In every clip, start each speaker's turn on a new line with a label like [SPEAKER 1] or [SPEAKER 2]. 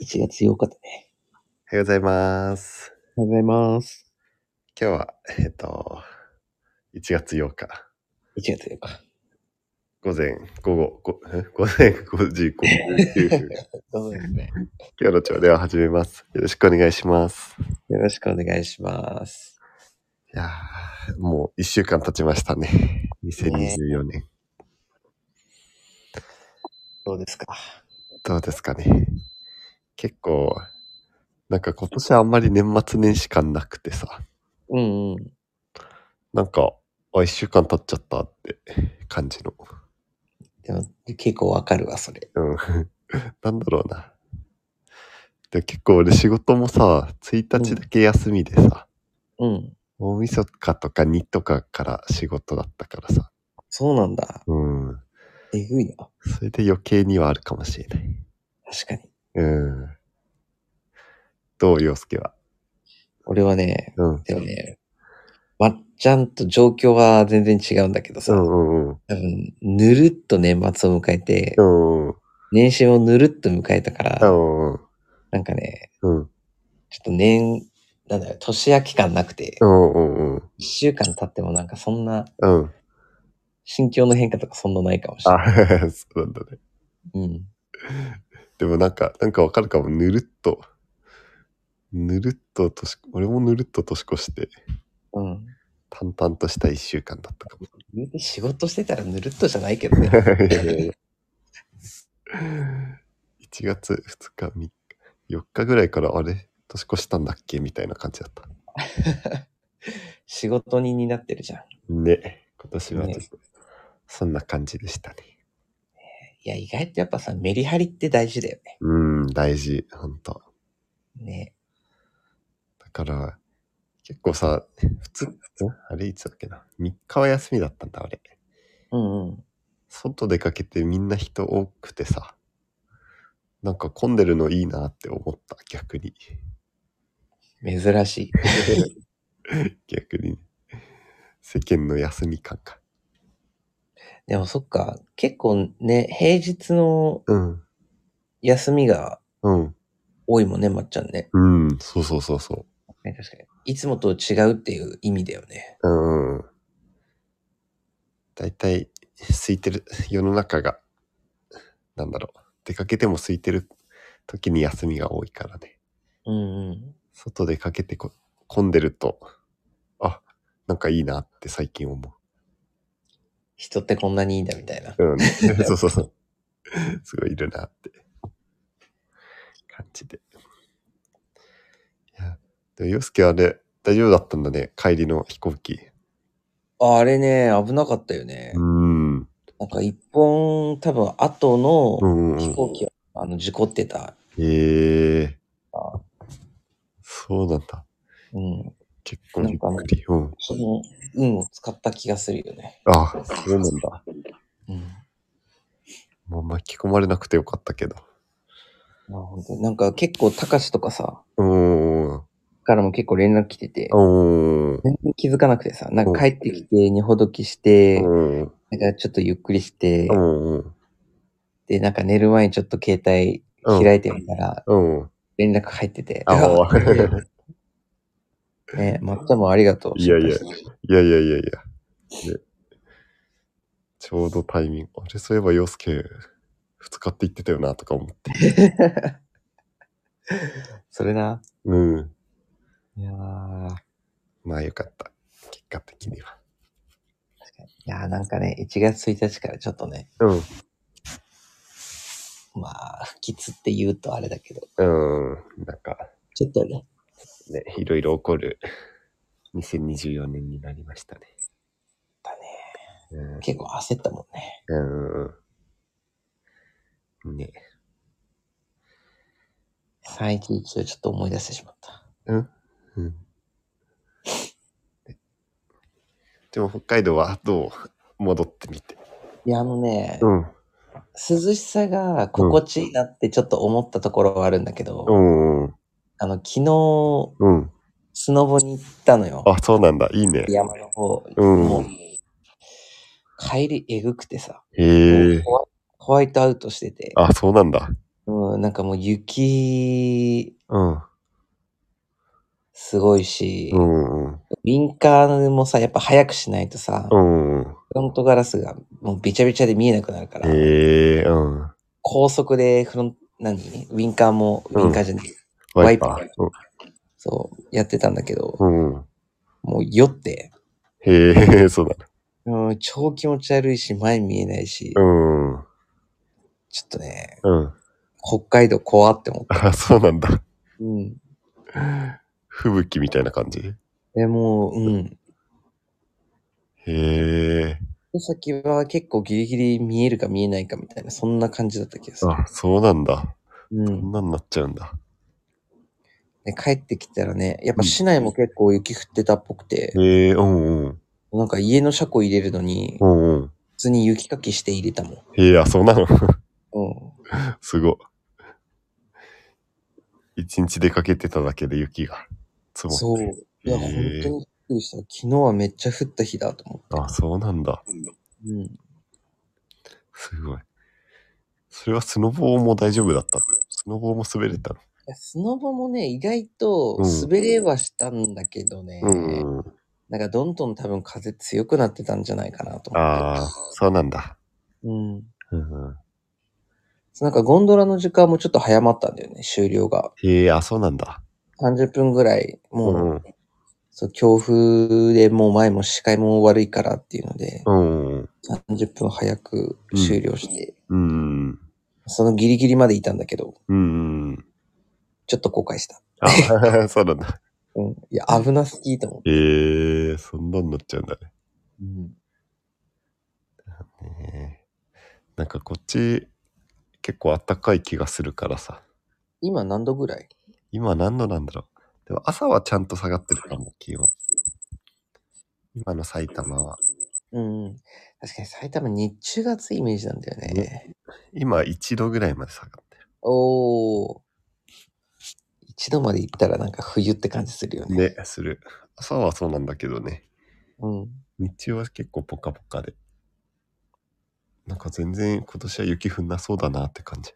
[SPEAKER 1] 1月8日だね。
[SPEAKER 2] おはようございます。
[SPEAKER 1] おはようございます。
[SPEAKER 2] 今日は、えっと、1月8日、
[SPEAKER 1] 1月8日。
[SPEAKER 2] 午前、午後、ごえ午前5時59分。
[SPEAKER 1] そうですね。
[SPEAKER 2] 今日の朝礼を始めます。よろしくお願いします。
[SPEAKER 1] よろしくお願いします。
[SPEAKER 2] いやーもう1週間経ちましたね。2024年。
[SPEAKER 1] どうですか
[SPEAKER 2] どうですかね。結構、なんか今年あんまり年末年始感なくてさ、
[SPEAKER 1] うんうん。
[SPEAKER 2] なんか、あ、1週間経っちゃったって感じの。
[SPEAKER 1] でも結構わかるわ、それ。
[SPEAKER 2] うん。 なんだろうな。で結構俺仕事もさ、1日だけ休みでさ、
[SPEAKER 1] うん。
[SPEAKER 2] 大晦日とか2とかから仕事だったからさ。
[SPEAKER 1] そうなんだ。
[SPEAKER 2] うん。
[SPEAKER 1] えぐいな。
[SPEAKER 2] それで余計にはあるかもしれない。
[SPEAKER 1] 確かに。
[SPEAKER 2] うん。どう、洋介は。
[SPEAKER 1] 俺はね、
[SPEAKER 2] うん。
[SPEAKER 1] でもね、まっちゃんと状況は全然違うんだけど
[SPEAKER 2] う
[SPEAKER 1] さ、
[SPEAKER 2] んうんうん。
[SPEAKER 1] 多分、ぬるっと年末を迎えて、
[SPEAKER 2] うんうん。
[SPEAKER 1] 年始をぬるっと迎えたから、
[SPEAKER 2] うんうん
[SPEAKER 1] なんかね、
[SPEAKER 2] うん。
[SPEAKER 1] ちょっと年、なんだよ、年明け感なくて
[SPEAKER 2] う、んうんうん。
[SPEAKER 1] 一週間経ってもなんかそんな、
[SPEAKER 2] うん。
[SPEAKER 1] 心境の変化とかそんなないかもしれない。
[SPEAKER 2] あ、 そうなんだね。
[SPEAKER 1] うん。
[SPEAKER 2] でもなんか、なんかわかるかも。ぬるっと。ぬるっと年、俺もぬるっと年越して。
[SPEAKER 1] うん。
[SPEAKER 2] 淡々とした一週間だったかも。
[SPEAKER 1] 言うて仕事してたらぬるっとじゃないけどね。
[SPEAKER 2] 1月2日、3日、4日ぐらいからあれ年越したんだっけみたいな感じだった。
[SPEAKER 1] 仕事人になってるじゃん。
[SPEAKER 2] ね。今年はちょっと
[SPEAKER 1] ね
[SPEAKER 2] そんな感じでしたね。
[SPEAKER 1] いや、意外とやっぱさ、メリハリって大事だよね。
[SPEAKER 2] うん、大事。ほんと。
[SPEAKER 1] ね。
[SPEAKER 2] だから、結構さ、普通、普通あれいつだっけな。3日は休みだったんだ、あれ。
[SPEAKER 1] うんうん。
[SPEAKER 2] 外出かけてみんな人多くてさ、なんか混んでるのいいなって思った、逆に。
[SPEAKER 1] 珍しい。
[SPEAKER 2] 逆にね世間の休み感か
[SPEAKER 1] でもそっか、結構ね、平日の
[SPEAKER 2] うん
[SPEAKER 1] 休みが
[SPEAKER 2] うん
[SPEAKER 1] 多いもんね、まっちゃんね。
[SPEAKER 2] うんそうそうそうそ
[SPEAKER 1] ね確かに。いつもと違うっていう意味だよね。
[SPEAKER 2] ううん大体空いてる世の中がなんだろう出かけても空いてる時に休みが多いからね
[SPEAKER 1] うんうん。
[SPEAKER 2] 外出かけてこ混んでるとあなんかいいなって最近思
[SPEAKER 1] 人ってこんなにいいんだみたいな。
[SPEAKER 2] ううん そうそうそうすごいいるなって感じでいやでも洋介あれ大丈夫だったんだね帰りの飛行機
[SPEAKER 1] ああれね、危なかったよね。
[SPEAKER 2] うん。
[SPEAKER 1] なんか一本、多分後の、
[SPEAKER 2] うんうん
[SPEAKER 1] 飛行機はあの事故ってた。
[SPEAKER 2] へえ
[SPEAKER 1] あ
[SPEAKER 2] そうなんだ。
[SPEAKER 1] うん。
[SPEAKER 2] 結構ゆっくり。うん。
[SPEAKER 1] その運を使った気がするよね。
[SPEAKER 2] あ、そうなんだ。
[SPEAKER 1] うん。
[SPEAKER 2] もう巻き込まれなくてよかったけど。
[SPEAKER 1] まあ本当になんか結構、たかしとかさ、
[SPEAKER 2] うんうん
[SPEAKER 1] からも結構連絡来てて
[SPEAKER 2] う、ん。うん。
[SPEAKER 1] 全然気づかなくてさ、なんか帰ってきて、二ほどきして、
[SPEAKER 2] うん。
[SPEAKER 1] なんかちょっとゆっくりして
[SPEAKER 2] う、んうん。
[SPEAKER 1] で、なんか寝る前にちょっと携帯開いてみたら、
[SPEAKER 2] うん。
[SPEAKER 1] 連絡入ってて、
[SPEAKER 2] ああ
[SPEAKER 1] ね、まっちゃんもありがとう。
[SPEAKER 2] いやいや
[SPEAKER 1] 心配して
[SPEAKER 2] いやいやいやいや。ねちょうどタイミング。あれ、そういえば洋介、二日って言ってたよな、とか思って。
[SPEAKER 1] それな。
[SPEAKER 2] うん。
[SPEAKER 1] いやー
[SPEAKER 2] まあよかった。結果的には。
[SPEAKER 1] いやーなんかね、1月1日からちょっとね、
[SPEAKER 2] うん。
[SPEAKER 1] まあ、不吉って言うとあれだけど、
[SPEAKER 2] うん。なんか、
[SPEAKER 1] ちょっとね、
[SPEAKER 2] ね、いろいろ起こる2024年になりましたね。
[SPEAKER 1] だね
[SPEAKER 2] うん
[SPEAKER 1] 結構焦ったもんね。
[SPEAKER 2] うんうん。ね。
[SPEAKER 1] 311をちょっと思い出してしまった。
[SPEAKER 2] うん。でも北海道はどう戻ってみて。
[SPEAKER 1] いや、あのね、
[SPEAKER 2] うん。
[SPEAKER 1] 涼しさが心地いいなってちょっと思ったところはあるんだけど、
[SPEAKER 2] うんうん。
[SPEAKER 1] あの、昨日、
[SPEAKER 2] うん。
[SPEAKER 1] スノボに行ったのよ。
[SPEAKER 2] あ、そうなんだ。いいね。
[SPEAKER 1] 山の方。
[SPEAKER 2] うん
[SPEAKER 1] もう帰りえぐくてさ、
[SPEAKER 2] へえ。
[SPEAKER 1] ホワホワイトアウトしてて、
[SPEAKER 2] あ、そうなんだ。
[SPEAKER 1] うん、なんかもう雪、
[SPEAKER 2] うん。
[SPEAKER 1] すごいし、
[SPEAKER 2] う
[SPEAKER 1] ウ
[SPEAKER 2] んうん。
[SPEAKER 1] ィンカーもさ、やっぱ早くしないとさ、
[SPEAKER 2] う
[SPEAKER 1] フ
[SPEAKER 2] んうん。
[SPEAKER 1] ロントガラスがもうびちゃびちゃで見えなくなるから、
[SPEAKER 2] ええうん。
[SPEAKER 1] 高速でフロン、何ウィンカーも、ウ
[SPEAKER 2] うん
[SPEAKER 1] ィンカーじゃない、
[SPEAKER 2] ワ
[SPEAKER 1] ワ
[SPEAKER 2] イ
[SPEAKER 1] イパー
[SPEAKER 2] パー。
[SPEAKER 1] そう、やってたんだけど、
[SPEAKER 2] うん。うん
[SPEAKER 1] もう酔って、
[SPEAKER 2] へえ、 そうだね。
[SPEAKER 1] うん、超気持ち悪いし、前見えないし、
[SPEAKER 2] うん。うん。
[SPEAKER 1] ちょっとね、
[SPEAKER 2] うん
[SPEAKER 1] 北海道怖って思った。
[SPEAKER 2] あ、そうなんだ。
[SPEAKER 1] うん。
[SPEAKER 2] 吹雪みたいな感じ。
[SPEAKER 1] でもう、うん。
[SPEAKER 2] へえ。
[SPEAKER 1] この先は結構ギリギリ見えるか見えないかみたいな、そんな感じだった気がする。
[SPEAKER 2] あ、そうなんだ。
[SPEAKER 1] う
[SPEAKER 2] こ
[SPEAKER 1] ん
[SPEAKER 2] ん。なんなっちゃうんだ。
[SPEAKER 1] で帰ってきたらね、やっぱ市内も結構雪降ってたっぽくて、
[SPEAKER 2] へえ、うんうん。
[SPEAKER 1] なんか家の車庫入れるのに、
[SPEAKER 2] う
[SPEAKER 1] 普
[SPEAKER 2] んうん。
[SPEAKER 1] 通に雪かきして入れたも
[SPEAKER 2] へえ、あ、そうなの。
[SPEAKER 1] ん。
[SPEAKER 2] すごい。一日出かけてただけで雪が積
[SPEAKER 1] うん。
[SPEAKER 2] もって。
[SPEAKER 1] そう。いや、
[SPEAKER 2] へ
[SPEAKER 1] 本当
[SPEAKER 2] え
[SPEAKER 1] にびっくりした。昨日はめっちゃ降った日だと思って。
[SPEAKER 2] あ、そうなんだ。
[SPEAKER 1] うん。
[SPEAKER 2] すごい。それはスノボーも大丈夫だったのスノボーも滑れた
[SPEAKER 1] い
[SPEAKER 2] の
[SPEAKER 1] やスノボもね、意外と
[SPEAKER 2] うん
[SPEAKER 1] 滑れはしたんだけどね、
[SPEAKER 2] うん。
[SPEAKER 1] なんかどんどん多分風強くなってたんじゃないかなと思って。
[SPEAKER 2] ああ、そうなんだ。
[SPEAKER 1] うん。
[SPEAKER 2] うんうん、
[SPEAKER 1] なんかゴンドラの時間もちょっと早まったんだよね、終了が。
[SPEAKER 2] へえ、あ、そうなんだ。
[SPEAKER 1] 30分ぐらい、
[SPEAKER 2] う
[SPEAKER 1] もう、
[SPEAKER 2] んうん。
[SPEAKER 1] そう、強風でもう前も視界も悪いからっていうので、
[SPEAKER 2] うんうん。
[SPEAKER 1] 30分早く終了して、
[SPEAKER 2] うんうん。
[SPEAKER 1] そのギリギリまでいたんだけど、
[SPEAKER 2] うん うん。
[SPEAKER 1] ちょっと後悔した。
[SPEAKER 2] あ、 そうなんだ。
[SPEAKER 1] うん。いや、危なすぎと思って。
[SPEAKER 2] へえ、そんなんなっちゃうんだ
[SPEAKER 1] うん。
[SPEAKER 2] ね。ねえなんかこっち、結構あったかい気がするからさ。
[SPEAKER 1] 今何度ぐらい
[SPEAKER 2] 今何度なんだろう。でも朝はちゃんと下がってるかも、気温。今の埼玉は。
[SPEAKER 1] うん。確かに埼玉日中が暑いイメージなんだよね。
[SPEAKER 2] 今1度ぐらいまで下がって
[SPEAKER 1] おー。一度まで行ったらなんか冬って感じするよね。
[SPEAKER 2] る。ね、する。朝はそうなんだけどね。
[SPEAKER 1] うん。
[SPEAKER 2] 日中は結構ポカポカで。なんか全然今年は雪降んなそうだなって感じ。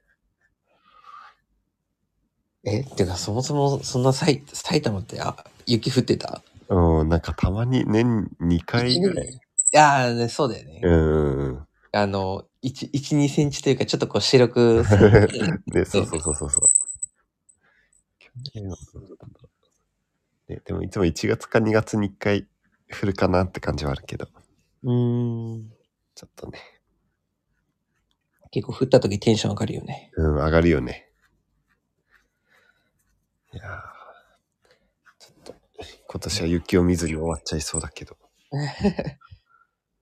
[SPEAKER 1] え、てかそもそもそんな埼埼玉ってあ雪降ってた
[SPEAKER 2] うん、なんかたまに年2回ぐらい。
[SPEAKER 1] いやー、ねそうだよね。
[SPEAKER 2] うん。
[SPEAKER 1] あの、1、1、2センチというか、ちょっとこう白く、
[SPEAKER 2] ね、そうそうそうそうそう。去年はどうだったんだろうね、でもいつも1月か2月に1回降るかなって感じはあるけど、
[SPEAKER 1] うーん。
[SPEAKER 2] ちょっとね、
[SPEAKER 1] 結構降った時テンション上がるよね。
[SPEAKER 2] うん、上がるよね。いやーちょっと、今年は雪を見ずに終わっちゃいそうだけど。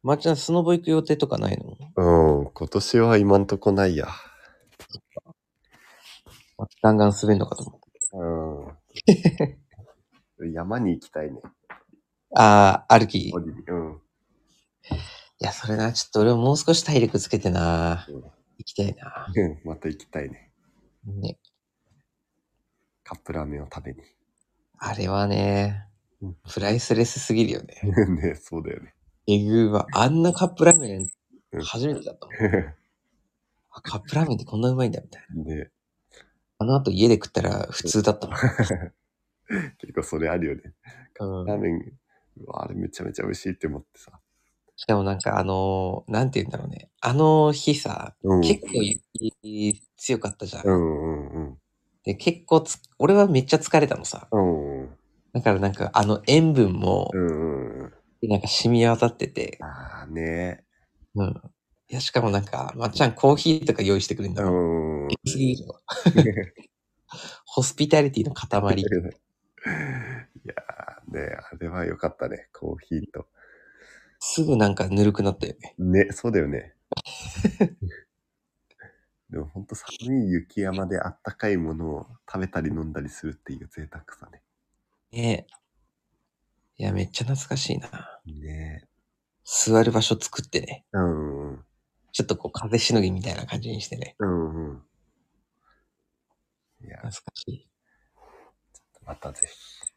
[SPEAKER 1] まー、ちゃん、スノボ行く予定とかないの
[SPEAKER 2] うん、今年は今んとこないや。
[SPEAKER 1] 弾丸滑るのかと思う。
[SPEAKER 2] うん。 山に行きたいね。
[SPEAKER 1] あー、歩き。い
[SPEAKER 2] 森にうん。
[SPEAKER 1] や、それな、ちょっと俺ももう少し体力つけてな。
[SPEAKER 2] うん
[SPEAKER 1] 行きたいな。
[SPEAKER 2] また行きたいね。
[SPEAKER 1] ね。
[SPEAKER 2] カップラーメンを食べに。
[SPEAKER 1] あれはね
[SPEAKER 2] うん、
[SPEAKER 1] プライスレスすぎるよね。
[SPEAKER 2] ね、そうだよね。
[SPEAKER 1] えぐいわ。あんなカップラーメン
[SPEAKER 2] うん、
[SPEAKER 1] 初めてだったもん。あカップラーメンってこんなうまいんだ、みたいな。
[SPEAKER 2] ね、
[SPEAKER 1] あの後家で食ったら普通だったもん。
[SPEAKER 2] 結構それあるよね。ラーメン、うわ、あれめちゃめちゃ美味しいって思ってさ。
[SPEAKER 1] しかもなんかあのーなんて言うんだろうね。あの日さ、
[SPEAKER 2] うん
[SPEAKER 1] 結構雪強かったじゃん。
[SPEAKER 2] うんうん
[SPEAKER 1] で、結構つ、俺はめっちゃ疲れたのさ。
[SPEAKER 2] うん。うん
[SPEAKER 1] だからなんかあの塩分も
[SPEAKER 2] う、んうん。
[SPEAKER 1] なんか染み渡ってて。
[SPEAKER 2] ああね。
[SPEAKER 1] うん。いや、しかもなんか、まっちゃんコーヒーとか用意してくれるんだ
[SPEAKER 2] う
[SPEAKER 1] ろう。
[SPEAKER 2] ん。
[SPEAKER 1] えぐいよ ホスピタリティの 塊。
[SPEAKER 2] いやーね、あれは良かったね。コーヒーと。
[SPEAKER 1] すぐなんかぬるくなったよね。
[SPEAKER 2] ね、そうだよね。 でもほんと寒い雪山であったかいものを食べたり飲んだりするっていう贅沢さね。
[SPEAKER 1] ねえ。いや、めっちゃ懐かしいな。
[SPEAKER 2] ね
[SPEAKER 1] 座る場所作ってね。
[SPEAKER 2] え。うんうん。
[SPEAKER 1] ちょっとこう風しのぎみたいな感じにしてね。
[SPEAKER 2] うんうん。いや、
[SPEAKER 1] 懐かしい。
[SPEAKER 2] またぜひ。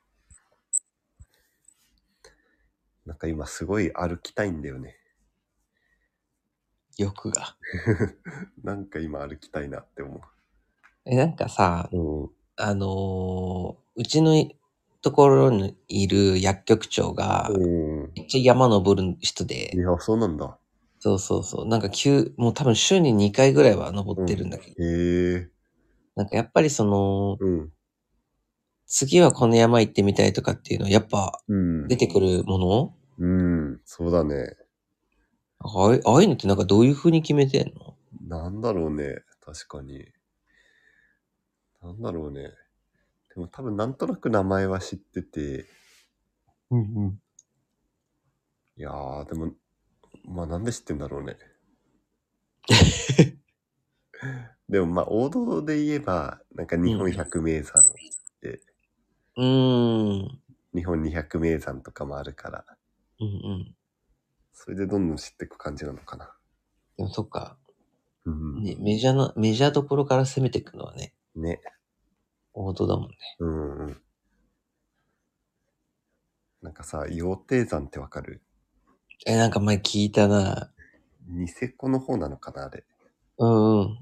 [SPEAKER 2] なんか今すごい歩きたいんだよね。
[SPEAKER 1] 欲が。
[SPEAKER 2] なんか今歩きたいなって思う。
[SPEAKER 1] え、なんかさ、
[SPEAKER 2] うん。
[SPEAKER 1] あのーうちのいところにいる薬局長が、
[SPEAKER 2] うん。
[SPEAKER 1] めっちゃ山登る人で
[SPEAKER 2] い、や、そうなんだ。
[SPEAKER 1] そうそうそう、なんか急、もう多分週に2回ぐらいは登ってるんだけど、
[SPEAKER 2] へえ。
[SPEAKER 1] なんかやっぱりその、
[SPEAKER 2] うん。
[SPEAKER 1] 次はこの山行ってみたいとかっていうのはやっぱ
[SPEAKER 2] うん。
[SPEAKER 1] 出てくるもの、
[SPEAKER 2] うん。そうだね。
[SPEAKER 1] ああいああいうのってなんかどういう風に決めてんの
[SPEAKER 2] なんだろうね。確かに。なんだろうね。でも多分なんとなく名前は知ってて、
[SPEAKER 1] うんうん。
[SPEAKER 2] いやー、でも、まあなんで知ってんだろ うね。でもまあ王道で言えば、なんか日本
[SPEAKER 1] うん
[SPEAKER 2] 百名山、
[SPEAKER 1] うーん。
[SPEAKER 2] 日本二百名山とかもあるから、
[SPEAKER 1] うんうん。
[SPEAKER 2] それでどんどん知っていく感じなのかな。
[SPEAKER 1] でもそっか、
[SPEAKER 2] うん。
[SPEAKER 1] ね、メジャーな、メジャーどころから攻めていくのはね、
[SPEAKER 2] ね。
[SPEAKER 1] 王道だもんね。
[SPEAKER 2] うんうん。なんかさ、羊蹄山ってわかる
[SPEAKER 1] え、なんか前聞いたな。
[SPEAKER 2] ニセコの方なのかなあれ。
[SPEAKER 1] うんうん。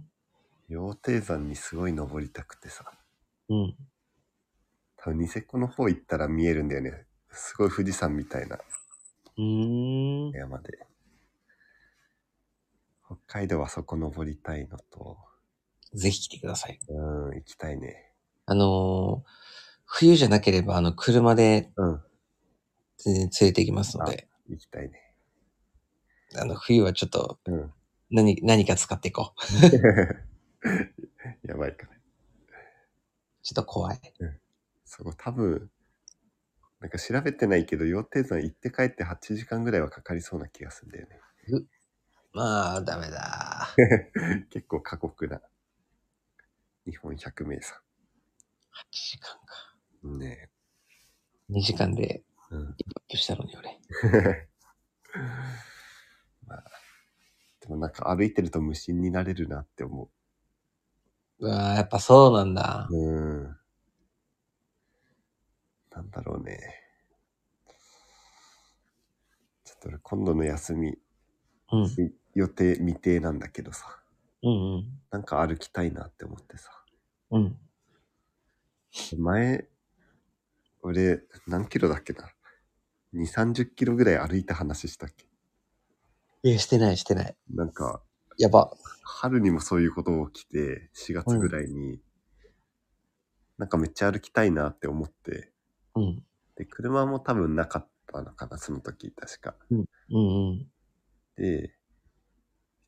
[SPEAKER 2] 羊蹄山にすごい登りたくてさ。
[SPEAKER 1] うん。
[SPEAKER 2] 多分ニセコの方行ったら見えるんだよね。すごい富士山みたいな
[SPEAKER 1] うーん。
[SPEAKER 2] 山で。北海道はそこ登りたいのと、
[SPEAKER 1] ぜひ来てください。
[SPEAKER 2] うん、行きたいね。
[SPEAKER 1] あのー冬じゃなければ、あの、車で
[SPEAKER 2] うん、
[SPEAKER 1] 全然連れて行きますので、
[SPEAKER 2] 行きたいね。
[SPEAKER 1] あの、冬はちょっと、
[SPEAKER 2] うん。
[SPEAKER 1] 何、何か使っていこう。
[SPEAKER 2] やばいかね。
[SPEAKER 1] ちょっと怖い。
[SPEAKER 2] そこ多分、なんか調べてないけど、羊蹄山行って帰って8時間ぐらいはかかりそうな気がするんだよ
[SPEAKER 1] まあ、ダメ だ。
[SPEAKER 2] ね。結構過酷な。日本百名山。
[SPEAKER 1] 8時間か。
[SPEAKER 2] ね
[SPEAKER 1] 2時間で
[SPEAKER 2] え。うん。
[SPEAKER 1] アップしたのに俺。
[SPEAKER 2] まあ、でもなんか歩いてると無心になれるなって思
[SPEAKER 1] うわーやっぱそうなんだ
[SPEAKER 2] う。。うーん。なんだろうね。ちょっと俺今度の休み、
[SPEAKER 1] うん。
[SPEAKER 2] 予定未定なんだけどさ、
[SPEAKER 1] うん
[SPEAKER 2] なんか歩きたいなって思ってさ。
[SPEAKER 1] うん。うん。
[SPEAKER 2] 前、俺、何キロだっけな ?2、30キロぐらい歩いた話したっけ
[SPEAKER 1] いや、してない、してない。
[SPEAKER 2] なんか、
[SPEAKER 1] やば。
[SPEAKER 2] 春にもそういうこと起きて、4月ぐらいに、なんかめっちゃ歩きたいなって思って、
[SPEAKER 1] うん。
[SPEAKER 2] で、車も多分なかったのかな、その時、確か。
[SPEAKER 1] うんうん。
[SPEAKER 2] で、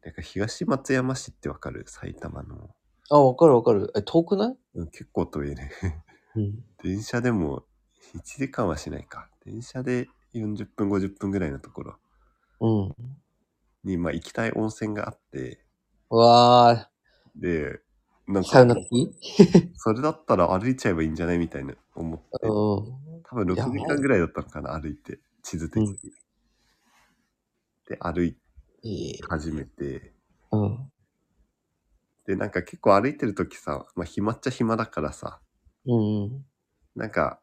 [SPEAKER 2] なんか東松山市ってわかる埼玉の。
[SPEAKER 1] あ、わかるわかる。え、遠くない
[SPEAKER 2] うん結構遠いね。
[SPEAKER 1] うん。
[SPEAKER 2] 電車でも1時間はしないか。電車で40分、50分ぐらいのところ
[SPEAKER 1] うん。
[SPEAKER 2] に、まあ行きたい温泉があって、
[SPEAKER 1] うわ
[SPEAKER 2] で、な
[SPEAKER 1] ー、
[SPEAKER 2] ん
[SPEAKER 1] サウナ
[SPEAKER 2] か
[SPEAKER 1] 好、き
[SPEAKER 2] それだったら歩いちゃえばいいんじゃないみたいな思って。
[SPEAKER 1] う
[SPEAKER 2] 多分6
[SPEAKER 1] やばい
[SPEAKER 2] 時間ぐらいだったのかな、歩いて、地図的に。
[SPEAKER 1] うん
[SPEAKER 2] で、歩い
[SPEAKER 1] ん。いい。
[SPEAKER 2] 始めて、
[SPEAKER 1] うん。
[SPEAKER 2] で、なんか結構歩いてるときさ、まあ暇っちゃ暇だからさ、
[SPEAKER 1] うんうん。
[SPEAKER 2] なんか、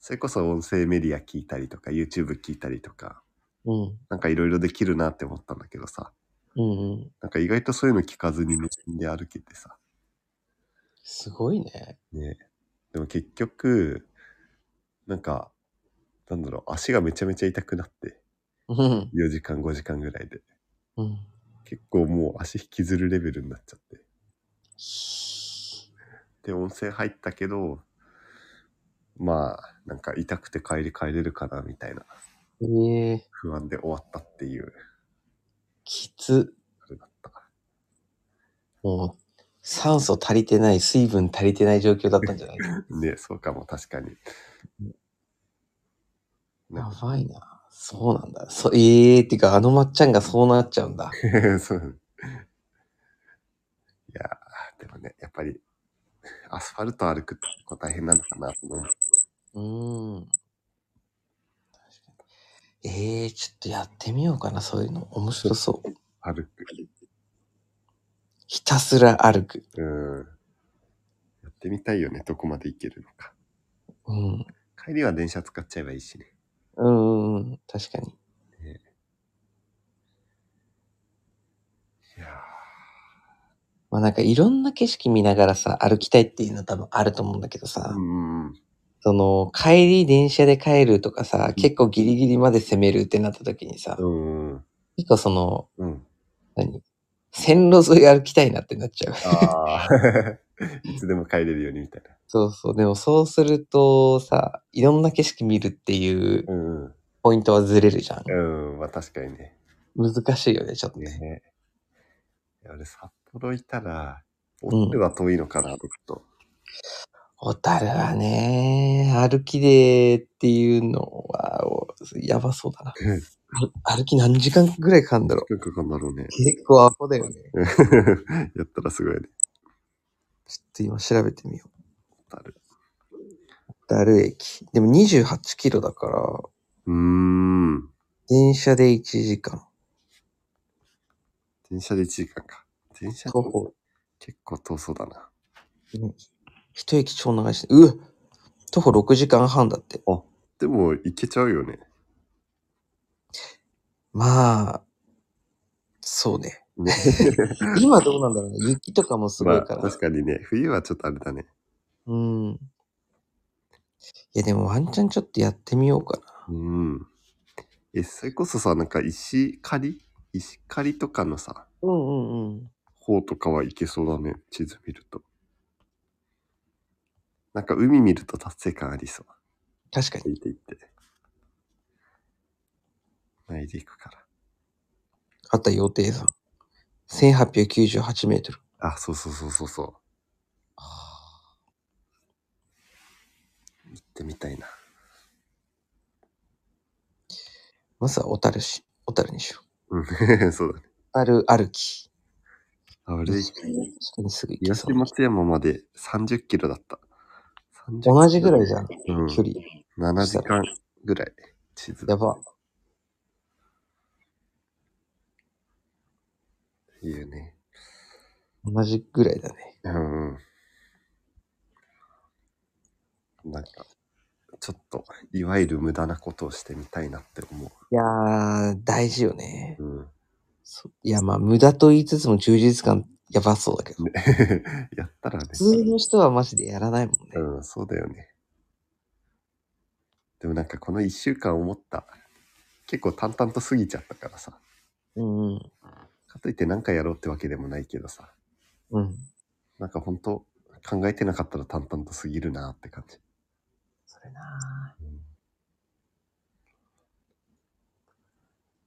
[SPEAKER 2] それこそ音声メディア聞いたりとか、YouTube 聞いたりとか、
[SPEAKER 1] うん。
[SPEAKER 2] なんかいろいろできるなって思ったんだけどさ、
[SPEAKER 1] うんうん。
[SPEAKER 2] なんか意外とそういうの聞かずに無心で歩けてさ、
[SPEAKER 1] すごいね。
[SPEAKER 2] ね。でも結局、なんか、なんだろう、足がめちゃめちゃ痛くなって、
[SPEAKER 1] うん。
[SPEAKER 2] 4時間5時間ぐらいで。
[SPEAKER 1] うん。
[SPEAKER 2] 結構もう足引きずるレベルになっちゃって。で、温泉入ったけど、まあ、なんか痛くて帰り帰れるかなみたいな
[SPEAKER 1] ええー、
[SPEAKER 2] 不安で終わったっていう、
[SPEAKER 1] きつ。
[SPEAKER 2] あれだった。
[SPEAKER 1] もう、酸素足りてない、水分足りてない状況だったん じゃない
[SPEAKER 2] ね、そうかも、確かに。
[SPEAKER 1] や
[SPEAKER 2] な
[SPEAKER 1] ばいな。そうなんだ。そええー、ってか、あのまっちゃんがそうなっちゃうんだ。
[SPEAKER 2] そう。いやー、でもね、やっぱり、アスファルト歩くって結構大変なのかなと思う。
[SPEAKER 1] うーん。確かに。ええー、ちょっとやってみようかな、そういうの。面白そう。
[SPEAKER 2] 歩く。
[SPEAKER 1] ひたすら歩く。
[SPEAKER 2] うん。やってみたいよね、どこまで行けるのか。
[SPEAKER 1] うん。
[SPEAKER 2] 帰りは電車使っちゃえばいいしね。
[SPEAKER 1] うんうんうん。確かに。
[SPEAKER 2] いや
[SPEAKER 1] まあなんかいろんな景色見ながらさ、歩きたいっていうの多分あると思うんだけどさ、
[SPEAKER 2] うん。
[SPEAKER 1] その帰り電車で帰るとかさ、結構ギリギリまで攻めるってなった時にさ、
[SPEAKER 2] うん。
[SPEAKER 1] 結構その、
[SPEAKER 2] うん。
[SPEAKER 1] 何線路沿い歩きたいなってなっちゃう。
[SPEAKER 2] ああ。 いつでも帰れるようにみたいな。
[SPEAKER 1] そうそう。でもそうするとさ、いろんな景色見るっていう
[SPEAKER 2] うんうん。
[SPEAKER 1] ポイントはずれるじゃん。
[SPEAKER 2] うん。まあ確かにね。
[SPEAKER 1] 難しいよね、ちょっとね。
[SPEAKER 2] ね。いや俺、札幌いたら、ホテルは遠いのかな、僕と。
[SPEAKER 1] 小樽はね、歩きでっていうのは、おやばそうだな。
[SPEAKER 2] うん
[SPEAKER 1] 歩き何時間ぐらいかかんだろう。
[SPEAKER 2] 時間かかんだろう ね。
[SPEAKER 1] 結構アホだよね。
[SPEAKER 2] うんやったらすごいね。
[SPEAKER 1] ちょっと今調べてみよう。
[SPEAKER 2] ホタル
[SPEAKER 1] 小樽駅。でも28キロだから、
[SPEAKER 2] うーん。
[SPEAKER 1] 電車で1時間。
[SPEAKER 2] 電車で1時間か。電車
[SPEAKER 1] 徒歩。
[SPEAKER 2] 結構遠そうだな。
[SPEAKER 1] うん一駅超長いし、うわ徒歩6時間半だって。
[SPEAKER 2] でも、行けちゃう よね。
[SPEAKER 1] まあ、そうね。
[SPEAKER 2] ね
[SPEAKER 1] 今どうなんだろうね。雪とかもすご
[SPEAKER 2] ま
[SPEAKER 1] い
[SPEAKER 2] あ、
[SPEAKER 1] から。
[SPEAKER 2] 確かにね、冬はちょっとあれだね。
[SPEAKER 1] うん。いや、でもワンチャンちょっとやってみようかな。
[SPEAKER 2] うん。え、それこそさ、なんか石狩り石狩りとかのさ、
[SPEAKER 1] うんうんうん。
[SPEAKER 2] 方とかは行けそうだね。地図見ると。なんか海見ると達成感ありそう。
[SPEAKER 1] 確かに。
[SPEAKER 2] 行って行って。ないで行くか
[SPEAKER 1] あった予定さん。1898メートル。
[SPEAKER 2] ら。あ、そうそうそうそうそう。行ってみたいな。
[SPEAKER 1] まずは小樽市。小樽にしよう。
[SPEAKER 2] うん、 そうだね。
[SPEAKER 1] 小樽歩き。
[SPEAKER 2] あれ、
[SPEAKER 1] 確かにすぐ行けそ
[SPEAKER 2] 東
[SPEAKER 1] う。
[SPEAKER 2] 松山まで30キロだった。30キロ
[SPEAKER 1] 同じぐらいじゃん、
[SPEAKER 2] うん、
[SPEAKER 1] 距離。
[SPEAKER 2] 7時間ぐらい。地図
[SPEAKER 1] やば。
[SPEAKER 2] いいよね。
[SPEAKER 1] 同じぐらいだね。
[SPEAKER 2] うんうん。なんか、ちょっと、いわゆる無駄なことをしてみたいなって思
[SPEAKER 1] いやー、大事よね。
[SPEAKER 2] う。うん。
[SPEAKER 1] そういや、まあ、無駄と言いつつも充実感やばそうだけど。
[SPEAKER 2] やったらね。
[SPEAKER 1] 普通の人はマジでやらないもんね。
[SPEAKER 2] うん、そうだよね。でもなんかこの1週間思った。結構淡々と過ぎちゃったからさ。
[SPEAKER 1] うん。うん。
[SPEAKER 2] かといって何回やろうってわけでもないけどさ。
[SPEAKER 1] うん。
[SPEAKER 2] なんか本当考えてなかったら淡々と過ぎるなって感じ。
[SPEAKER 1] それなー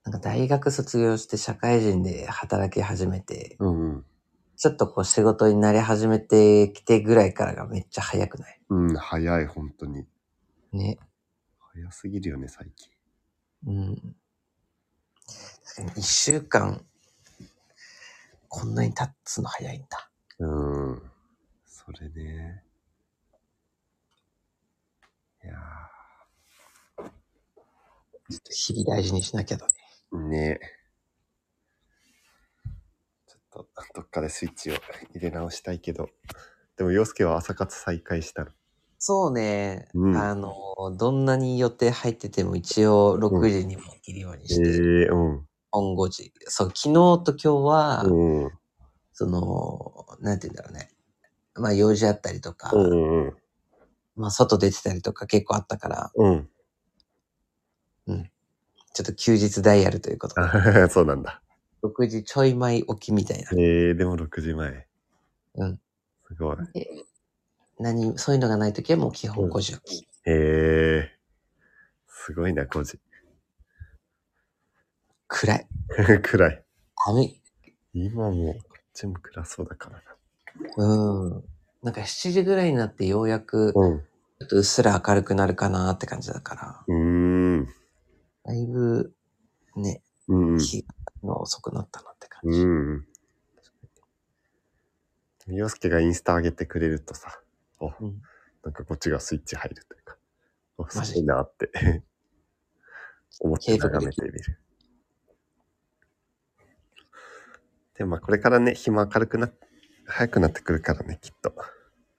[SPEAKER 1] なんか大学卒業して社会人で働き始めて、
[SPEAKER 2] うん
[SPEAKER 1] ちょっとこう仕事に慣れ始めてきてぐらいからがめっちゃ早くない
[SPEAKER 2] うん。うん、早い、本当に。
[SPEAKER 1] ね。
[SPEAKER 2] 早すぎるよね、最近。
[SPEAKER 1] うん。確かに一週間、こんなに経つの早いんだ。
[SPEAKER 2] うん。それね。いや
[SPEAKER 1] ちょっと日々大事にしなきゃだね。
[SPEAKER 2] ー、ねちょっと、どっかでスイッチを入れ直したいけど。でも、洋介は朝活再開したの。
[SPEAKER 1] そうね、
[SPEAKER 2] うん
[SPEAKER 1] あの、どんなに予定入ってても一応6時にも起きるように
[SPEAKER 2] え
[SPEAKER 1] して、
[SPEAKER 2] えうん。
[SPEAKER 1] 本5時。そう、昨日と今日は、
[SPEAKER 2] うん。
[SPEAKER 1] その、なんて言うんだろうね。まあ、用事あったりとか、
[SPEAKER 2] うん。うん。
[SPEAKER 1] まあ、外出てたりとか結構あったから、
[SPEAKER 2] うん。
[SPEAKER 1] ちょっと休日ダイヤルということで、
[SPEAKER 2] あそうなん だ。
[SPEAKER 1] 6時ちょい前起きみたいな。
[SPEAKER 2] ええでも6時前。
[SPEAKER 1] うん。
[SPEAKER 2] すごい。
[SPEAKER 1] 何、そういうのがないときはもう基本
[SPEAKER 2] うん
[SPEAKER 1] 5時起き。
[SPEAKER 2] へえすごいな、5時。
[SPEAKER 1] 暗い。
[SPEAKER 2] 暗い。
[SPEAKER 1] 寒い。
[SPEAKER 2] 今も、こっちも暗そうだからな。
[SPEAKER 1] うん。なんか7時ぐらいになってようやく、
[SPEAKER 2] うん。
[SPEAKER 1] ちょっとうっすら明るくなるかなって感じだから、
[SPEAKER 2] うーん。
[SPEAKER 1] だいぶ、ね、
[SPEAKER 2] うん。
[SPEAKER 1] 日が遅くなったなって感じ。
[SPEAKER 2] うん。洋介がインスタ上げてくれるとさ、お、
[SPEAKER 1] ん
[SPEAKER 2] なんかこっちがスイッチ入るというか、お、
[SPEAKER 1] マジ
[SPEAKER 2] すごいなって、思って眺めてみる。でもまあこれからね、日も明るくな、早くなってくるからね、きっと。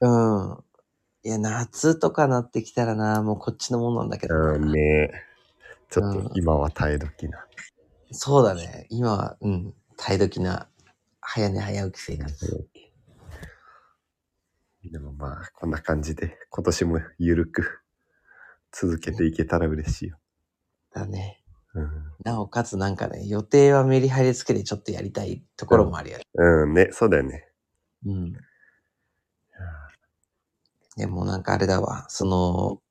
[SPEAKER 1] うん。いや、夏とかなってきたらな、もうこっちのもんなんだけどな。
[SPEAKER 2] うんね。ちょっと今は耐え時な。
[SPEAKER 1] そうだね。今は、うん、耐え時な、早寝早起き生活。
[SPEAKER 2] うんでもまあ、こんな感じで、今年もゆるく続けていけたら嬉しいよ。
[SPEAKER 1] だね。
[SPEAKER 2] うん。
[SPEAKER 1] なおかつなんかね、予定はメリハリつけてちょっとやりたいところもあるよね。
[SPEAKER 2] うん、ね、そうだよね。
[SPEAKER 1] うん。でもなんかあれだわ、その、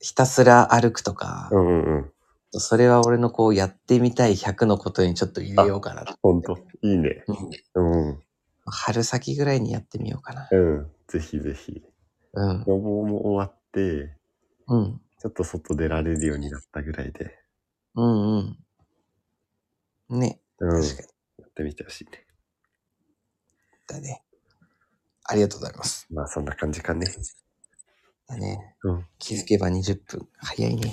[SPEAKER 1] ひたすら歩くとか、
[SPEAKER 2] うんうんうん。
[SPEAKER 1] それは俺のこうやってみたい100のことにちょっと入れようかなと。
[SPEAKER 2] ほんと、いいね。
[SPEAKER 1] うん
[SPEAKER 2] うん。
[SPEAKER 1] 春先ぐらいにやってみようかな。
[SPEAKER 2] うん。ぜひぜひ。
[SPEAKER 1] うん。
[SPEAKER 2] 予防も終わって、
[SPEAKER 1] うん。
[SPEAKER 2] ちょっと外出られるようになったぐらいで、
[SPEAKER 1] うんうん。ね。
[SPEAKER 2] うん。
[SPEAKER 1] 確かに。
[SPEAKER 2] やってみてほしいね。
[SPEAKER 1] だね。ありがとうございます。
[SPEAKER 2] まあ、そんな感じかね。
[SPEAKER 1] だね。
[SPEAKER 2] うん。
[SPEAKER 1] 気づけば20分。早いね。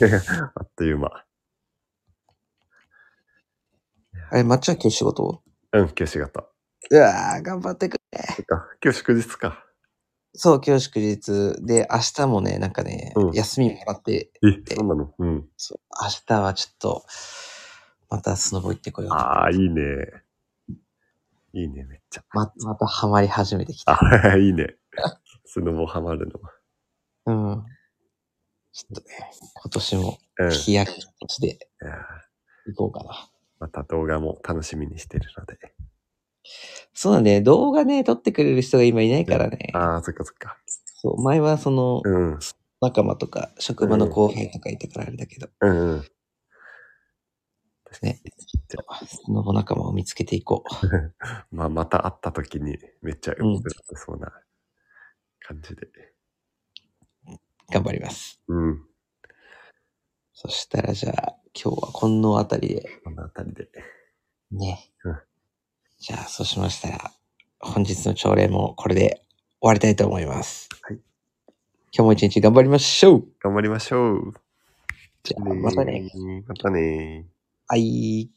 [SPEAKER 2] あっという間。
[SPEAKER 1] あれ、抹茶は今日仕事
[SPEAKER 2] うん、今日仕事。
[SPEAKER 1] うわー、頑張ってくれ。
[SPEAKER 2] そっか、今日祝日か。
[SPEAKER 1] そう、今日祝日。で、明日もね、なんかね、
[SPEAKER 2] うん
[SPEAKER 1] 休みもらって、
[SPEAKER 2] え、そうなのうん。
[SPEAKER 1] そう明日はちょっと、またスノボ行ってこようと。
[SPEAKER 2] ああ、いいね。いいね、めっちゃ。
[SPEAKER 1] ま、またハマり始めてきた。
[SPEAKER 2] あ いいね。スノボハマるの。
[SPEAKER 1] うん。ちょっとね、今年も
[SPEAKER 2] うん。い
[SPEAKER 1] 飛躍して
[SPEAKER 2] やー
[SPEAKER 1] 行こうかな。
[SPEAKER 2] また動画も楽しみにしてるので。
[SPEAKER 1] そうだね、動画ね、撮ってくれる人が今いないからね。
[SPEAKER 2] ああ、そっかそっか。
[SPEAKER 1] そう前はその、
[SPEAKER 2] うん。
[SPEAKER 1] 仲間とか、職場の後輩とかいたからあれだけど、
[SPEAKER 2] うんうん。
[SPEAKER 1] ね、スノボ仲間を見つけていこう。
[SPEAKER 2] まあ、また会った時にめっちゃ上手くなってそうな感じで。
[SPEAKER 1] 頑張ります。
[SPEAKER 2] うん。
[SPEAKER 1] そしたらじゃあ、今日はこのあたりで、
[SPEAKER 2] このあたりで。
[SPEAKER 1] ね。
[SPEAKER 2] うん
[SPEAKER 1] じゃあ、そうしましたら、本日の朝礼もこれで終わりたいと思います。
[SPEAKER 2] はい
[SPEAKER 1] 今日も一日頑張りましょう
[SPEAKER 2] 頑張りましょう。
[SPEAKER 1] じゃあ、またね。
[SPEAKER 2] またね。
[SPEAKER 1] はい。